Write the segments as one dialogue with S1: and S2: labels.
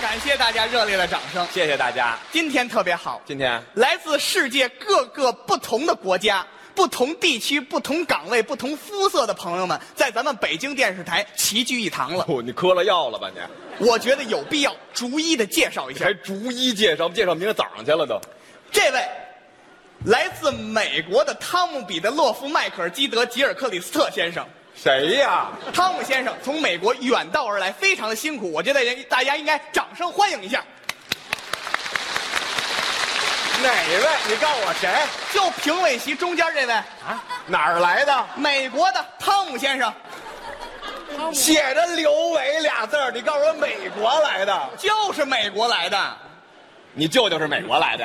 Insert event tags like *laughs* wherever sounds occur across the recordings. S1: 感谢大家热烈的掌声。
S2: 谢谢大家。
S1: 今天特别好，
S2: 今天
S1: 来自世界各个不同的国家、不同地区、不同岗位、不同肤色的朋友们，在咱们北京电视台齐聚一堂了。
S2: 哦，你嗑了药了吧你？
S1: 我觉得有必要逐一的介绍一
S2: 你
S1: 下
S2: 还逐一介绍，介绍明儿早上去了都。
S1: 这位。来自美国的汤姆·彼得洛夫·迈克尔基德·吉尔克里斯特先生，
S2: 谁呀？
S1: 汤姆先生从美国远道而来，非常的辛苦，我觉得人大家应该掌声欢迎一下。
S2: 哪位？你告诉我谁？
S1: 就评委席中间这位，
S2: 啊？哪儿来的？
S1: 美国的汤姆先生，
S2: 写着“刘伟”俩字儿，你告诉我美国来的？
S1: 就是美国来的。
S2: 你舅舅是美国来的？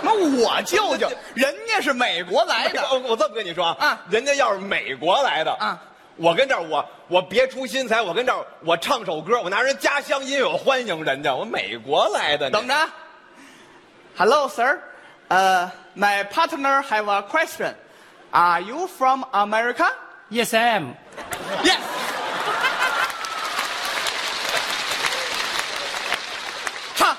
S1: 那我舅舅，人家是美国 *laughs* 来的，
S2: 我我这么跟你说
S1: 啊
S2: 人家要是美国来的
S1: 啊，
S2: 我跟这儿我我别出心裁，我跟这儿我唱首歌，我拿人家乡音乐我欢迎人家，我美国来的。
S1: 等着啊。Hello, sir. 呃、m y partner have a question. Are you from America?
S3: Yes, I am.
S1: Yes. Ha.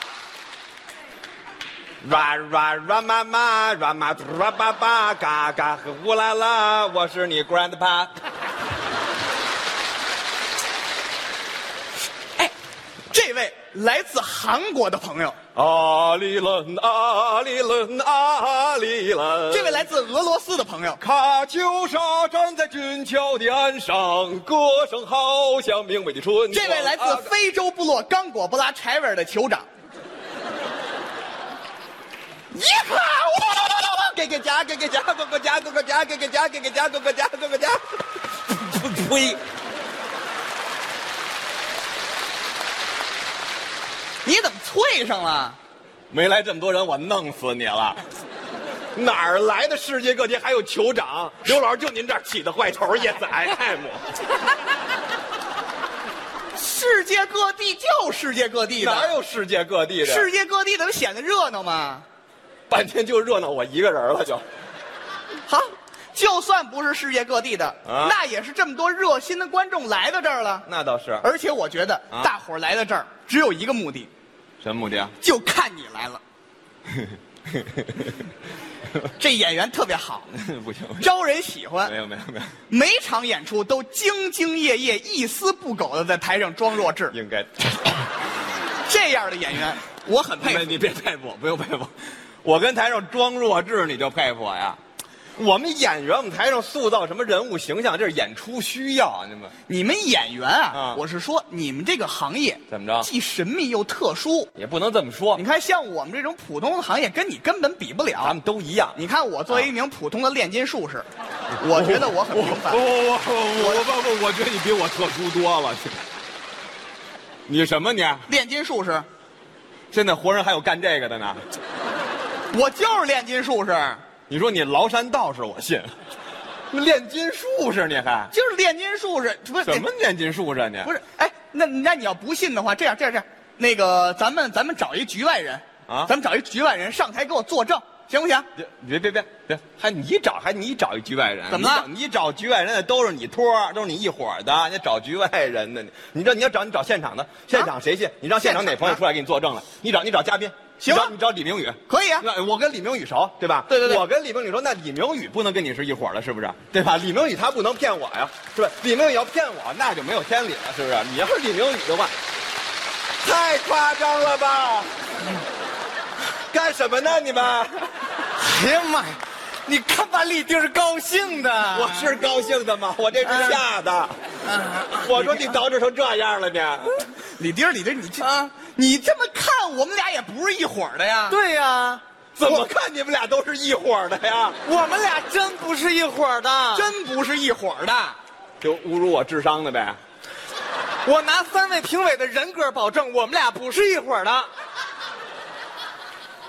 S2: 哇哇哇妈妈，哇妈嘟哇爸爸，嘎嘎和乌拉拉，我是你 grandpa。
S1: 哎，这位来自韩国的朋友，
S2: 阿里伦，阿里伦，阿里伦。
S1: 这位来自俄罗斯的朋友，
S2: 喀秋莎站在俊俏的岸上，歌声好像明媚的春光。
S1: 这位来
S2: 啊
S1: 自非洲部落刚果布拉柴维尔的酋
S2: *laughs*
S1: 长。你好，
S2: 给个家，给个家，给个家，给个家，给个家，给个家，给个家，给个家。呸！
S1: 你怎么脆上了？
S2: 没来这么多人，我弄死你了！哪儿来的世界各地还有酋长？刘老师就您这儿哎起的坏头，yes I am。
S1: 世界各地就世界各地
S2: 哪
S1: 的，
S2: 有世界各地的？
S1: 世界各地的不显得热闹吗？
S2: 半天就热闹我一个人了就。
S1: 好，就算不是世界各地的，
S2: 啊
S1: 那也是这么多热心的观众来到这儿了。
S2: 那倒是，
S1: 而且我觉得
S2: 啊
S1: 大伙儿来到这儿只有一个目的，
S2: 什么目的啊？ *laughs*
S1: 就看你来了。这演员特别好，
S2: 不行，
S1: 招人喜欢
S2: 没。有没有没有，
S1: 每场演出都兢兢业业、一丝不苟的在台上装弱智，
S2: *laughs* 应该。
S1: 这样的演员我很
S2: 那
S1: 佩服。
S2: 你别佩服我，不用佩服。我跟台上装弱智，你就佩服我呀？我们演员，我们台上塑造什么人物形象，这是演出需要，啊你们
S1: 你们演员啊，
S2: 啊
S1: 我是说你们这个行业
S2: 怎么着
S1: 既神秘又特殊。
S2: 也不能这么说
S1: 你。看，像我们这种普通的行业，跟你根本比不
S2: 咱
S1: 了。
S2: 们都一样。
S1: 你看，我作为一名普通的炼金术士，
S2: 啊
S1: 我觉得我很
S2: 我
S1: 平
S2: 我
S1: 凡。
S2: 我我我我我觉得你比我特殊多了。 *laughs* 你什么你？啊
S1: 炼金术士，
S2: 现在活人还有干这个的呢？
S1: 我就是炼金术士，
S2: 你说你崂山道士，我信。 *laughs* 炼金术士，你还
S1: 就是炼金术士。不是
S2: 什么炼金术士啊你？
S1: 不是，哎，那那你要不信的话，这样这样这样，那个咱们咱们找一局外人
S2: 啊
S1: 咱们找一局外人上台给我作证，行不行？
S2: 别别别别别，还你找还你找一局外人？
S1: 怎么了
S2: 你找你找局外人的都是你托儿，都是你一伙儿的，你找局外人的，你你知道你要找你找现场的，现
S1: 啊
S2: 场谁信？你让现场哪朋友出来给你作证来？你找你找嘉宾，
S1: 行啊
S2: 你找你找李明宇，
S1: 可以啊，
S2: 那我跟李明宇熟，对吧？
S1: 对对对
S2: 我跟李明宇熟，那李明宇不能跟你是一伙儿的，是不是？对吧？李明宇他不能骗我呀，是吧？李明宇要骗我，那就没有天理了，是不是？你要是李明宇的话，太夸张了吧？ *laughs* 干什么呢你们？
S3: 哎呀妈呀，你看把李丁是高兴的。
S2: 我是高兴的吗？我这是吓的。我说你捯饬成这样了呢，
S1: 李丁儿李丁儿，你这
S3: 啊，
S1: 你这么看，我们俩也不是一伙儿的呀。
S3: 对呀、
S2: 怎么看你们俩都是一伙儿的呀？
S3: 我们俩真不是一伙儿的。
S1: 真不是一伙儿的。
S2: 就侮辱我智商的呗。
S3: 我拿三位评委的人格保证，我们俩不是一伙儿的。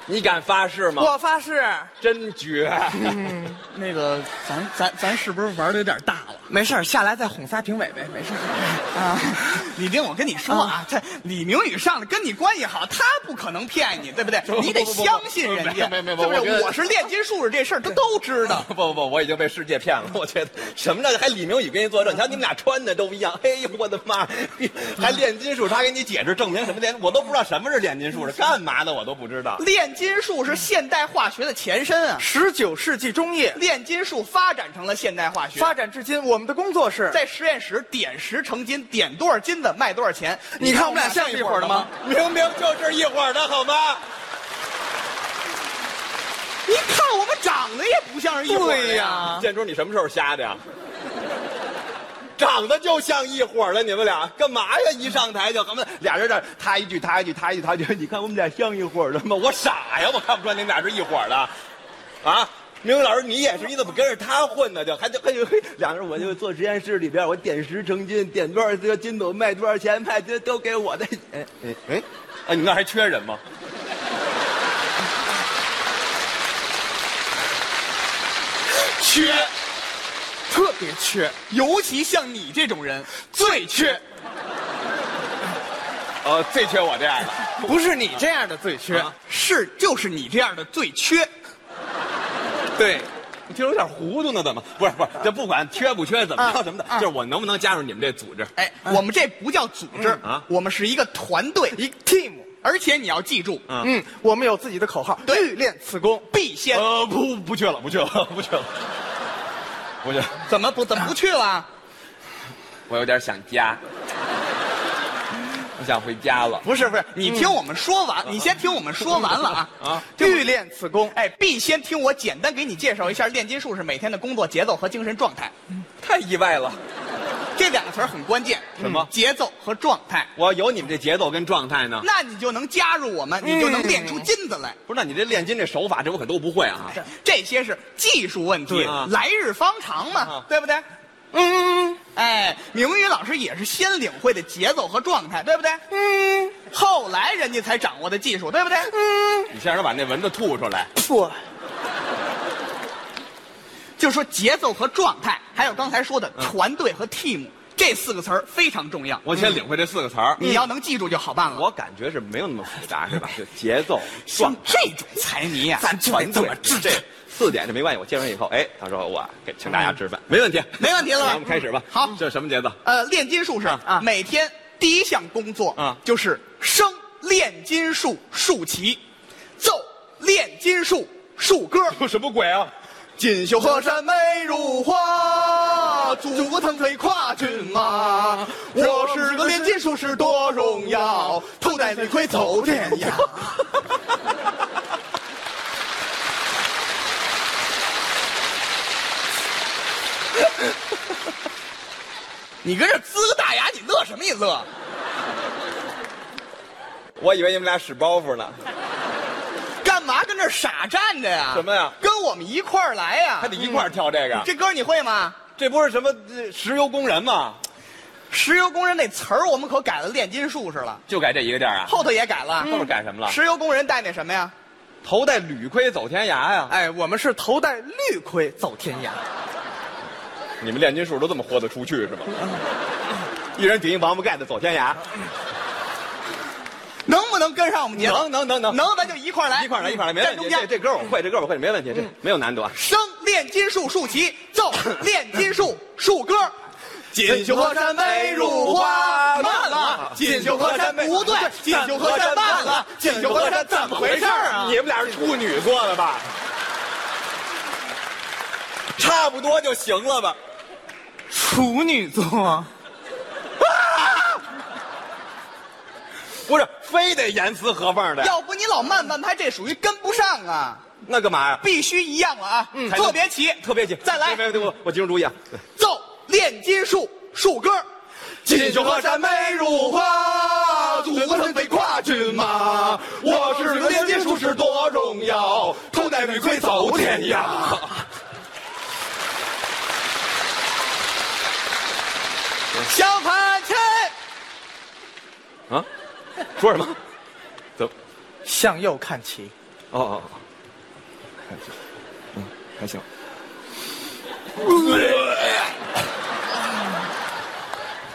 S2: 你敢发誓吗？
S3: 我发誓。
S2: 真绝。
S3: 嗯
S1: *laughs* 那个，咱咱咱是不是玩的有点大了？
S3: 没事儿，下来再哄仨评委呗，没事儿。 *laughs* 啊，
S1: 李丁，我跟 *laughs* 你说啊，这李明宇上来跟你关系好，他不可能骗你，对不对？你得
S2: 不不不
S1: 相信人家，
S2: 没没没
S1: 是不
S2: 我觉
S1: 是？
S2: 得
S1: 我是炼金术士这事儿，他都知道。
S2: 不不不，我已经被世界骗了。我觉得什么叫还李明宇跟你作证？你看你们俩穿的都一样。哎呦我的妈！还炼金术，他给你解释证明什么炼，我都不知道什么是炼金术是干嘛的，我都不知道。
S1: 炼金术是现代化学的前身啊，
S3: 十九世纪中叶
S1: 炼金术发展成了现代化学。
S3: 发展至今，我们的工作是
S1: 在实验室点石成金，点多少金子卖多少钱。
S3: 你看我们俩像一伙儿的吗？
S2: 明明就是一伙儿的好吗？
S1: 你看我们长得也不像是一伙儿的
S3: 对呀
S2: 建中，你什么时候瞎的呀？长得就像一伙儿的，你们俩干嘛呀？一上台就咱们俩人这儿他一句他一句他一句他一句，你看我们俩像一伙儿的吗？我傻呀，我看不出来你们俩是一伙儿的，啊？明明老师，你也是，你怎么跟着他混呢？就还就还就嘿，两个人我就坐实验室里边，我点石成金，点多少个金子我卖多少钱，卖这都给我的。哎哎哎，啊，你那还缺人吗？
S1: 缺，特别缺，尤其像你这种人最缺。
S2: 呃，最缺我这样 *laughs* 的。
S3: 不是你这样的最缺？
S2: 啊
S1: 是，就是你这样的最缺。 *laughs*
S3: 对，
S2: 我听着有点糊涂呢，怎么？不是不是，这不管缺不缺，怎么着什么的，就是我能不能加入你们这组织？
S1: 哎，我们这不叫组织
S2: 嗯啊
S1: 我们是一个团队，
S3: 嗯一 team。
S1: 而且你要记住，
S2: 啊
S3: 嗯，我们有自己的口号，
S1: 对
S3: 欲练此功。哦
S1: 必先
S2: 呃，不不去了，不去了，不去了，不去了。
S1: 怎么不怎么不去了？
S2: *laughs*
S1: 啊
S2: 我有点想家， *laughs* 我想回家了。
S1: 不是不是，你
S3: 嗯
S1: 听我们说完，你先听我们说完了啊
S2: 啊
S3: 欲嗯练此功，
S1: 哎，必先听我简单给你介绍一下炼金术士每天的工作节奏和精神状态，
S2: 太意外了，
S1: 这两个词儿很关键。
S2: 什么
S1: 嗯节奏和状态？
S2: 我有你们这节奏跟状态呢。
S1: 那你就能加入我们，你就能练出金子来。
S2: 不是，那你这炼金这手法，这我可都不会啊。
S1: 这些是技术问题
S2: 对啊，
S1: 来日方长嘛
S2: 啊，
S1: 对不对？
S3: 嗯，
S1: 哎，明宇老师也是先领会的节奏和状态，对不对？嗯。后来人家才掌握的技术，对不对？
S2: 你先让他把那蚊子吐出来。
S3: 错，
S1: 就说节奏和状态，还有刚才说的团队和 team 这四个词儿非常重要，
S2: 我先领会这四个词儿。
S1: 你要能记住就好办了。
S2: 我感觉是没有那么复杂，是吧？就节奏、状
S1: 像这种啊财迷呀、
S2: 咱全怎么治这四点就没关系，我介绍以后，哎，到时候我给请大家吃饭，没问题，
S1: 没问题了吧
S2: 那我们开始吧。
S1: 好
S2: 这什么节奏？
S1: 呃，炼金术士
S2: 啊
S1: 每天第一项工作
S2: 啊
S1: 就是升炼金术竖旗，奏炼金术竖歌。
S2: 什么鬼啊？
S1: 锦绣河山美如画，祖国腾飞跨骏马。我是个炼金术士，多荣耀，头戴绿盔走天 *laughs* 涯。你跟这呲个大牙，你乐什么？你乐？
S2: 我以为你们俩使包袱呢，
S1: 干嘛跟这傻站着呀？
S2: 什么呀
S1: 跟我们一块儿来呀！
S2: 还得一块儿跳这个。这
S1: 这歌你会吗？
S2: 这不是什么呃石油工人吗？
S1: 石油工人那词儿我们可改了炼金术士了，
S2: 就改这一个调啊？
S1: 后头也改了。
S2: 后面改什么了？
S1: 石油工人戴那什么呀？
S2: 头戴铝盔走天涯呀！
S3: 哎，我们是头戴绿盔走天涯。
S2: 你们炼金术都这么豁得出去是吗？一人顶一王八盖子走天涯，
S1: 能不能跟上我们节奏？
S2: 能能能能
S1: 能，咱就一块儿来，
S2: 一块儿来一块儿来，没
S1: 站
S2: 问
S1: 中
S2: 题。这
S1: 间，
S2: 这歌我会，这歌我会，没问题，这没有难度啊。
S1: 升炼金术竖旗，奏炼金术竖歌。锦绣河山美如画，慢了。锦绣河山不对，锦绣河山慢了。锦绣河山怎么回事儿啊
S2: 你？们俩是处女座的吧？差不多就行了吧？
S3: 处女座，
S2: 不是，非得严丝合缝的呀，
S1: 要不你老慢半拍，这属于跟不上啊！
S2: 那干嘛呀？
S1: 必须一样了啊！
S2: 才能
S1: 特别齐，
S2: 特别紧，
S1: 再来
S2: 别别别我我集中注意啊！
S1: 奏炼金术竖歌。
S2: 锦绣河山美如画，祖国腾飞跨骏马。我是个炼金术士，多荣耀，头戴绿盔走天涯。
S1: 小盘谦，
S2: 啊？说什么？走。
S3: 向右看齐。
S2: 哦哦哦， *laughs* 还行，嗯，还行。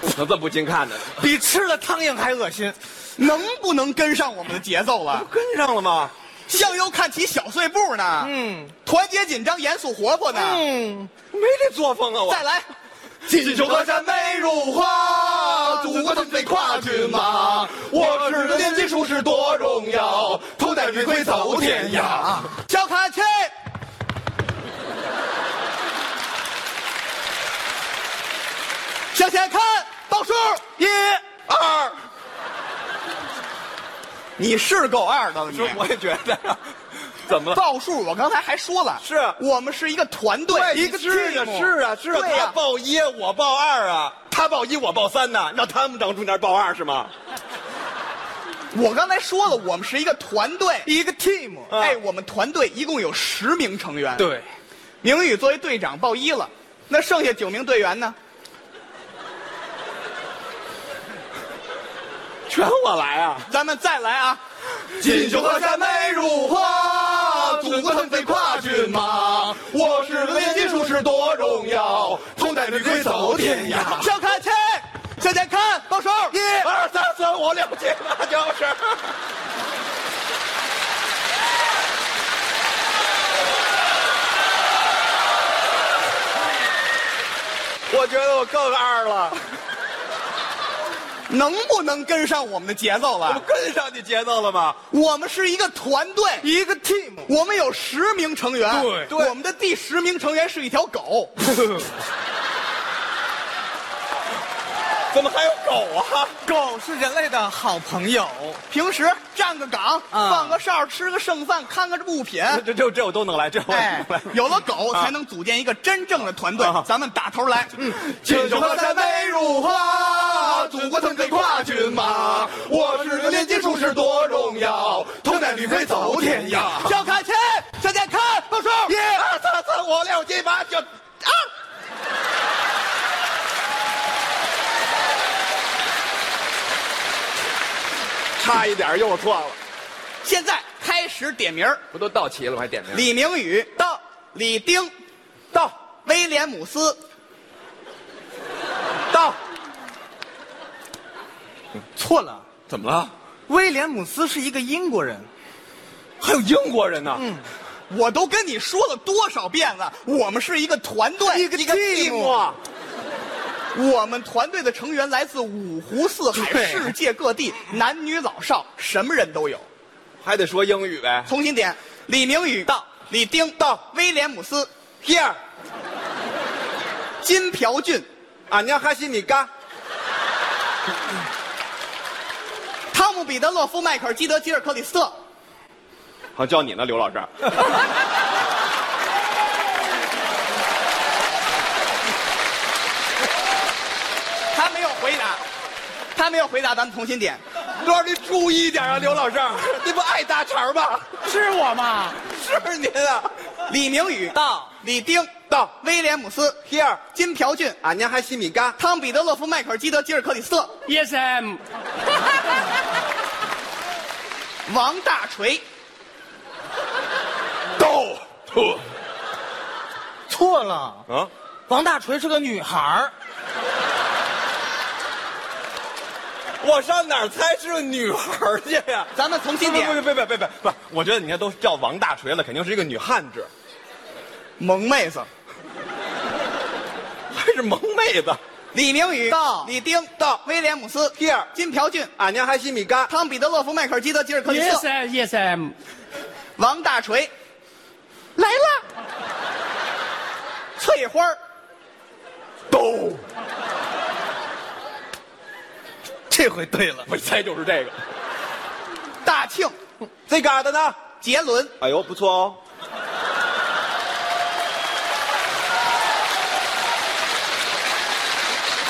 S2: 怎么这么不经看呢？
S3: 比吃了苍蝇还恶心。
S1: 能不能跟上我们的节奏了？
S2: 跟上了吗？
S1: 向右看齐，小碎步呢？
S3: 嗯
S1: 团结紧张，严肃活泼呢？
S3: 嗯，
S2: 没这作风啊我。
S1: 再来，
S2: 锦
S1: 绣河山
S2: 美如画
S1: 祖国腾飞跨骏马，我是个炼金术士多荣耀，头戴玉盔走天涯。小卡切，向前看，倒数一二。你是够二的了，你
S2: 是，我也觉得。怎么了？
S1: 报数，我刚才还说了，
S2: 是
S1: 我们是一个团队，一个
S2: 是啊
S1: team
S2: 是啊是啊，
S1: 对呀
S2: 他报一我报二啊，他报一我报三呐，让他们当中间报二是吗？
S1: 我刚才说了，我们是一个团队，
S3: 一个 team。
S2: 啊
S1: 哎，我们团队一共有十名成员，，
S3: 对，
S1: 明宇作为队长报一了，那剩下九名队员呢？
S2: 全我来啊！
S1: 咱们再来啊！
S2: 锦绣河山美
S1: 如画
S2: 祖国腾飞跨骏马我是个炼金术士多荣耀头戴绿盔走天涯
S1: 向看齐，向前看，报数一
S2: 哎二三四五六七八九十，我觉得我更二了，
S1: 能不能跟上我们的节奏
S2: 我
S1: 了？
S2: 跟上你节奏了吗？
S1: 我们是一个团队，
S3: 一个 team。
S1: 我们有十名成员，
S3: 对
S2: 对
S1: 我们的第十名成员是一条狗。
S2: 怎么还有狗啊？
S3: 狗是人类的好朋友，
S1: 平时站个岗，
S3: 啊
S1: 放个哨，吃个剩饭，看看这物品。
S2: 这这这我都能来，这我 *laughs*
S1: 哎， *laughs* 有了狗才能组建一个真正的团队
S2: 啊。
S1: 咱们打头来，嗯，
S2: 锦绣河山美
S1: 如画
S2: 啊祖国腾飞跨骏马我是个炼金术士多荣耀头戴绿盔走天涯
S1: 小卡切，向前看，报数，
S2: 一二三四五六七八九。差一点又错了，
S1: 现在开始点名儿
S2: 不都到齐了吗？还点名？
S1: 李明宇到，李丁到，威廉姆斯
S2: 到，
S3: 错了。
S2: 怎么了？
S3: 威廉姆斯是一个英国人，
S2: 还有英国人呢？
S1: 我都跟你说了多少遍了，我们是一个团队，
S3: 一个 team
S2: 哇，
S1: 我们团队的成员来自五湖四海、
S3: 对
S1: 世界各地，男女老少，什么人都有。
S2: 还得说英语呗。
S1: 重新点，李明宇到，李丁到，威廉姆斯，
S2: Here，
S1: 金朴俊，
S2: 俺娘哈西米嘎，
S1: 汤姆彼得洛夫迈克尔基德吉尔克里斯特，
S2: 好叫你呢，刘老 *laughs* 师。
S1: 他没有回答，他没有回答，咱们重新点。
S2: 刘老师，您注意一点啊，刘老师，您不爱搭茬吗？
S3: 是我吗？
S2: 是您啊。
S1: 李明宇
S3: 到，
S1: 李丁
S2: 到
S1: 威廉姆斯，
S2: Here，
S1: 金朴俊，
S2: 俺娘还西米嘎。
S1: 汤姆彼得洛夫迈克尔基德吉尔克里斯特，
S4: Yes, I'm.
S1: 王大锤，
S2: 到。
S3: 错了。
S2: 啊，
S3: 王大锤是个女孩儿，
S2: 我上哪儿猜是个女孩儿去呀？
S1: 咱们重
S2: 不
S1: 新点。
S2: 不不不不不不，我觉得你看都叫王大锤了，肯定是一个女汉子，
S1: 萌妹子，
S2: 还是萌妹子。
S1: 李明宇
S3: 到
S1: 李丁到，威廉姆斯
S2: Here
S1: 金朴俊，
S2: 俺娘还西米嘎。
S1: 汤姆彼得洛夫迈克尔基德吉尔克里
S4: Yes,
S1: 斯特，
S4: I, yes, I'm.
S1: 王大锤，来了，翠花儿
S2: 都，
S3: 这回对了。
S2: 我一猜就是这个。
S1: 大庆，
S2: 这嘎达呢？
S1: 杰伦，
S2: 哎呦，不错哦。 *laughs*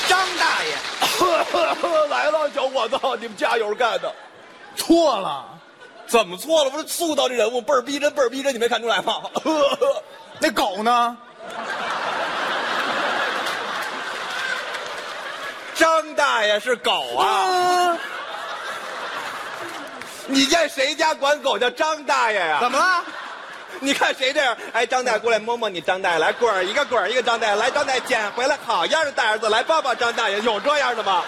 S1: 张大爷，
S2: 来了，小伙子，你们加油干的。
S3: 错了，
S2: 怎么错了？不是塑造这人物倍儿逼真，倍儿逼真，你没看出来吗？ *laughs*
S3: 那狗呢？
S2: 张大爷是狗啊！
S3: 啊，
S2: 你见谁家管狗叫张大爷呀、
S1: 怎么了？
S2: *laughs* 你看谁这样？哎，张大过来摸摸你，张大来棍儿一个棍儿一个张大来，张大捡回来，好样的，大儿子来抱抱张大爷，有这样的 *laughs* 吗？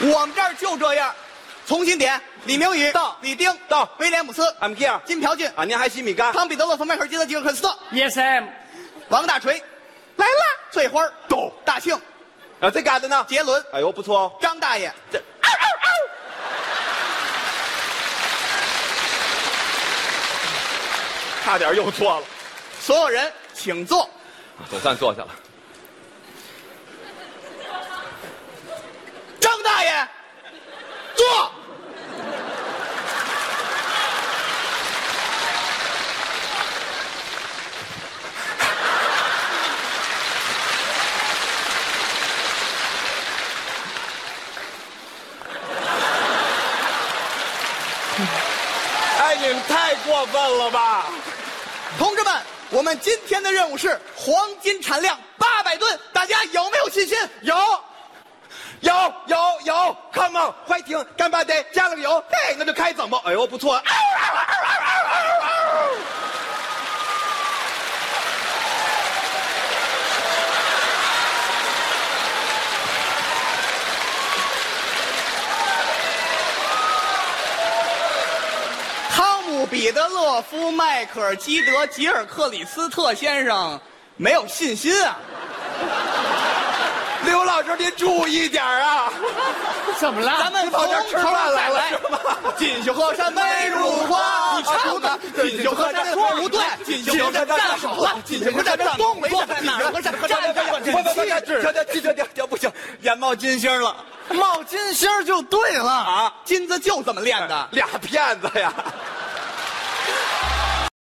S1: 我们这儿就这样。重新点，李明宇
S2: 到
S1: 李丁
S2: 到
S1: 威廉姆斯
S2: I'm here
S1: 金朴俊
S2: 啊，您还西米干？
S1: 汤彼得勒冯迈克尔基德吉尔克斯特
S4: Yes, I'm.
S1: 王大锤来啦，翠花
S2: 到
S1: 大庆
S2: 啊，这嘎子呢？
S1: 杰伦
S2: 哎呦，不错哦。
S1: 张大爷
S2: 这
S1: 嗷嗷嗷
S2: 差点又错了，
S1: 所有人请坐。
S2: 总算坐下了。
S1: 张大爷，坐。
S2: 哎，你们太过分了吧！
S1: 同志们，我们今天的任务是黄金产量八百吨，大家有没有信心？
S2: 有，有，有，有，Come on，快停，干巴爹，加了个油，嘿，那就开整吧。哎呦，不错。 *laughs* 啊
S1: 汤姆·彼得勒夫·迈克尔基德·吉尔克里斯特先生没有信心啊！
S2: 刘老师，您注意点啊！
S4: 怎么了？
S1: 咱们
S2: 跑这儿吃饭来了是吗
S1: 锦绣河山美如画，
S2: 你唱的
S1: 锦绣河山错不对，
S2: 锦
S1: 锦
S2: 绣
S1: 绣
S2: 河
S1: 河山
S2: 山站
S1: 站
S2: 好
S1: 好
S2: 了
S1: 了，
S2: 锦
S1: 锦绣
S2: 绣河
S1: 河
S2: 山
S1: 山
S2: 站
S1: 动没
S2: 好了
S1: 在哪儿？站站站
S2: 不不不，停停停停停，不行，演冒金星了
S3: 冒金星儿就对了。
S1: 啊！金子就这么练的。
S2: 俩骗子呀！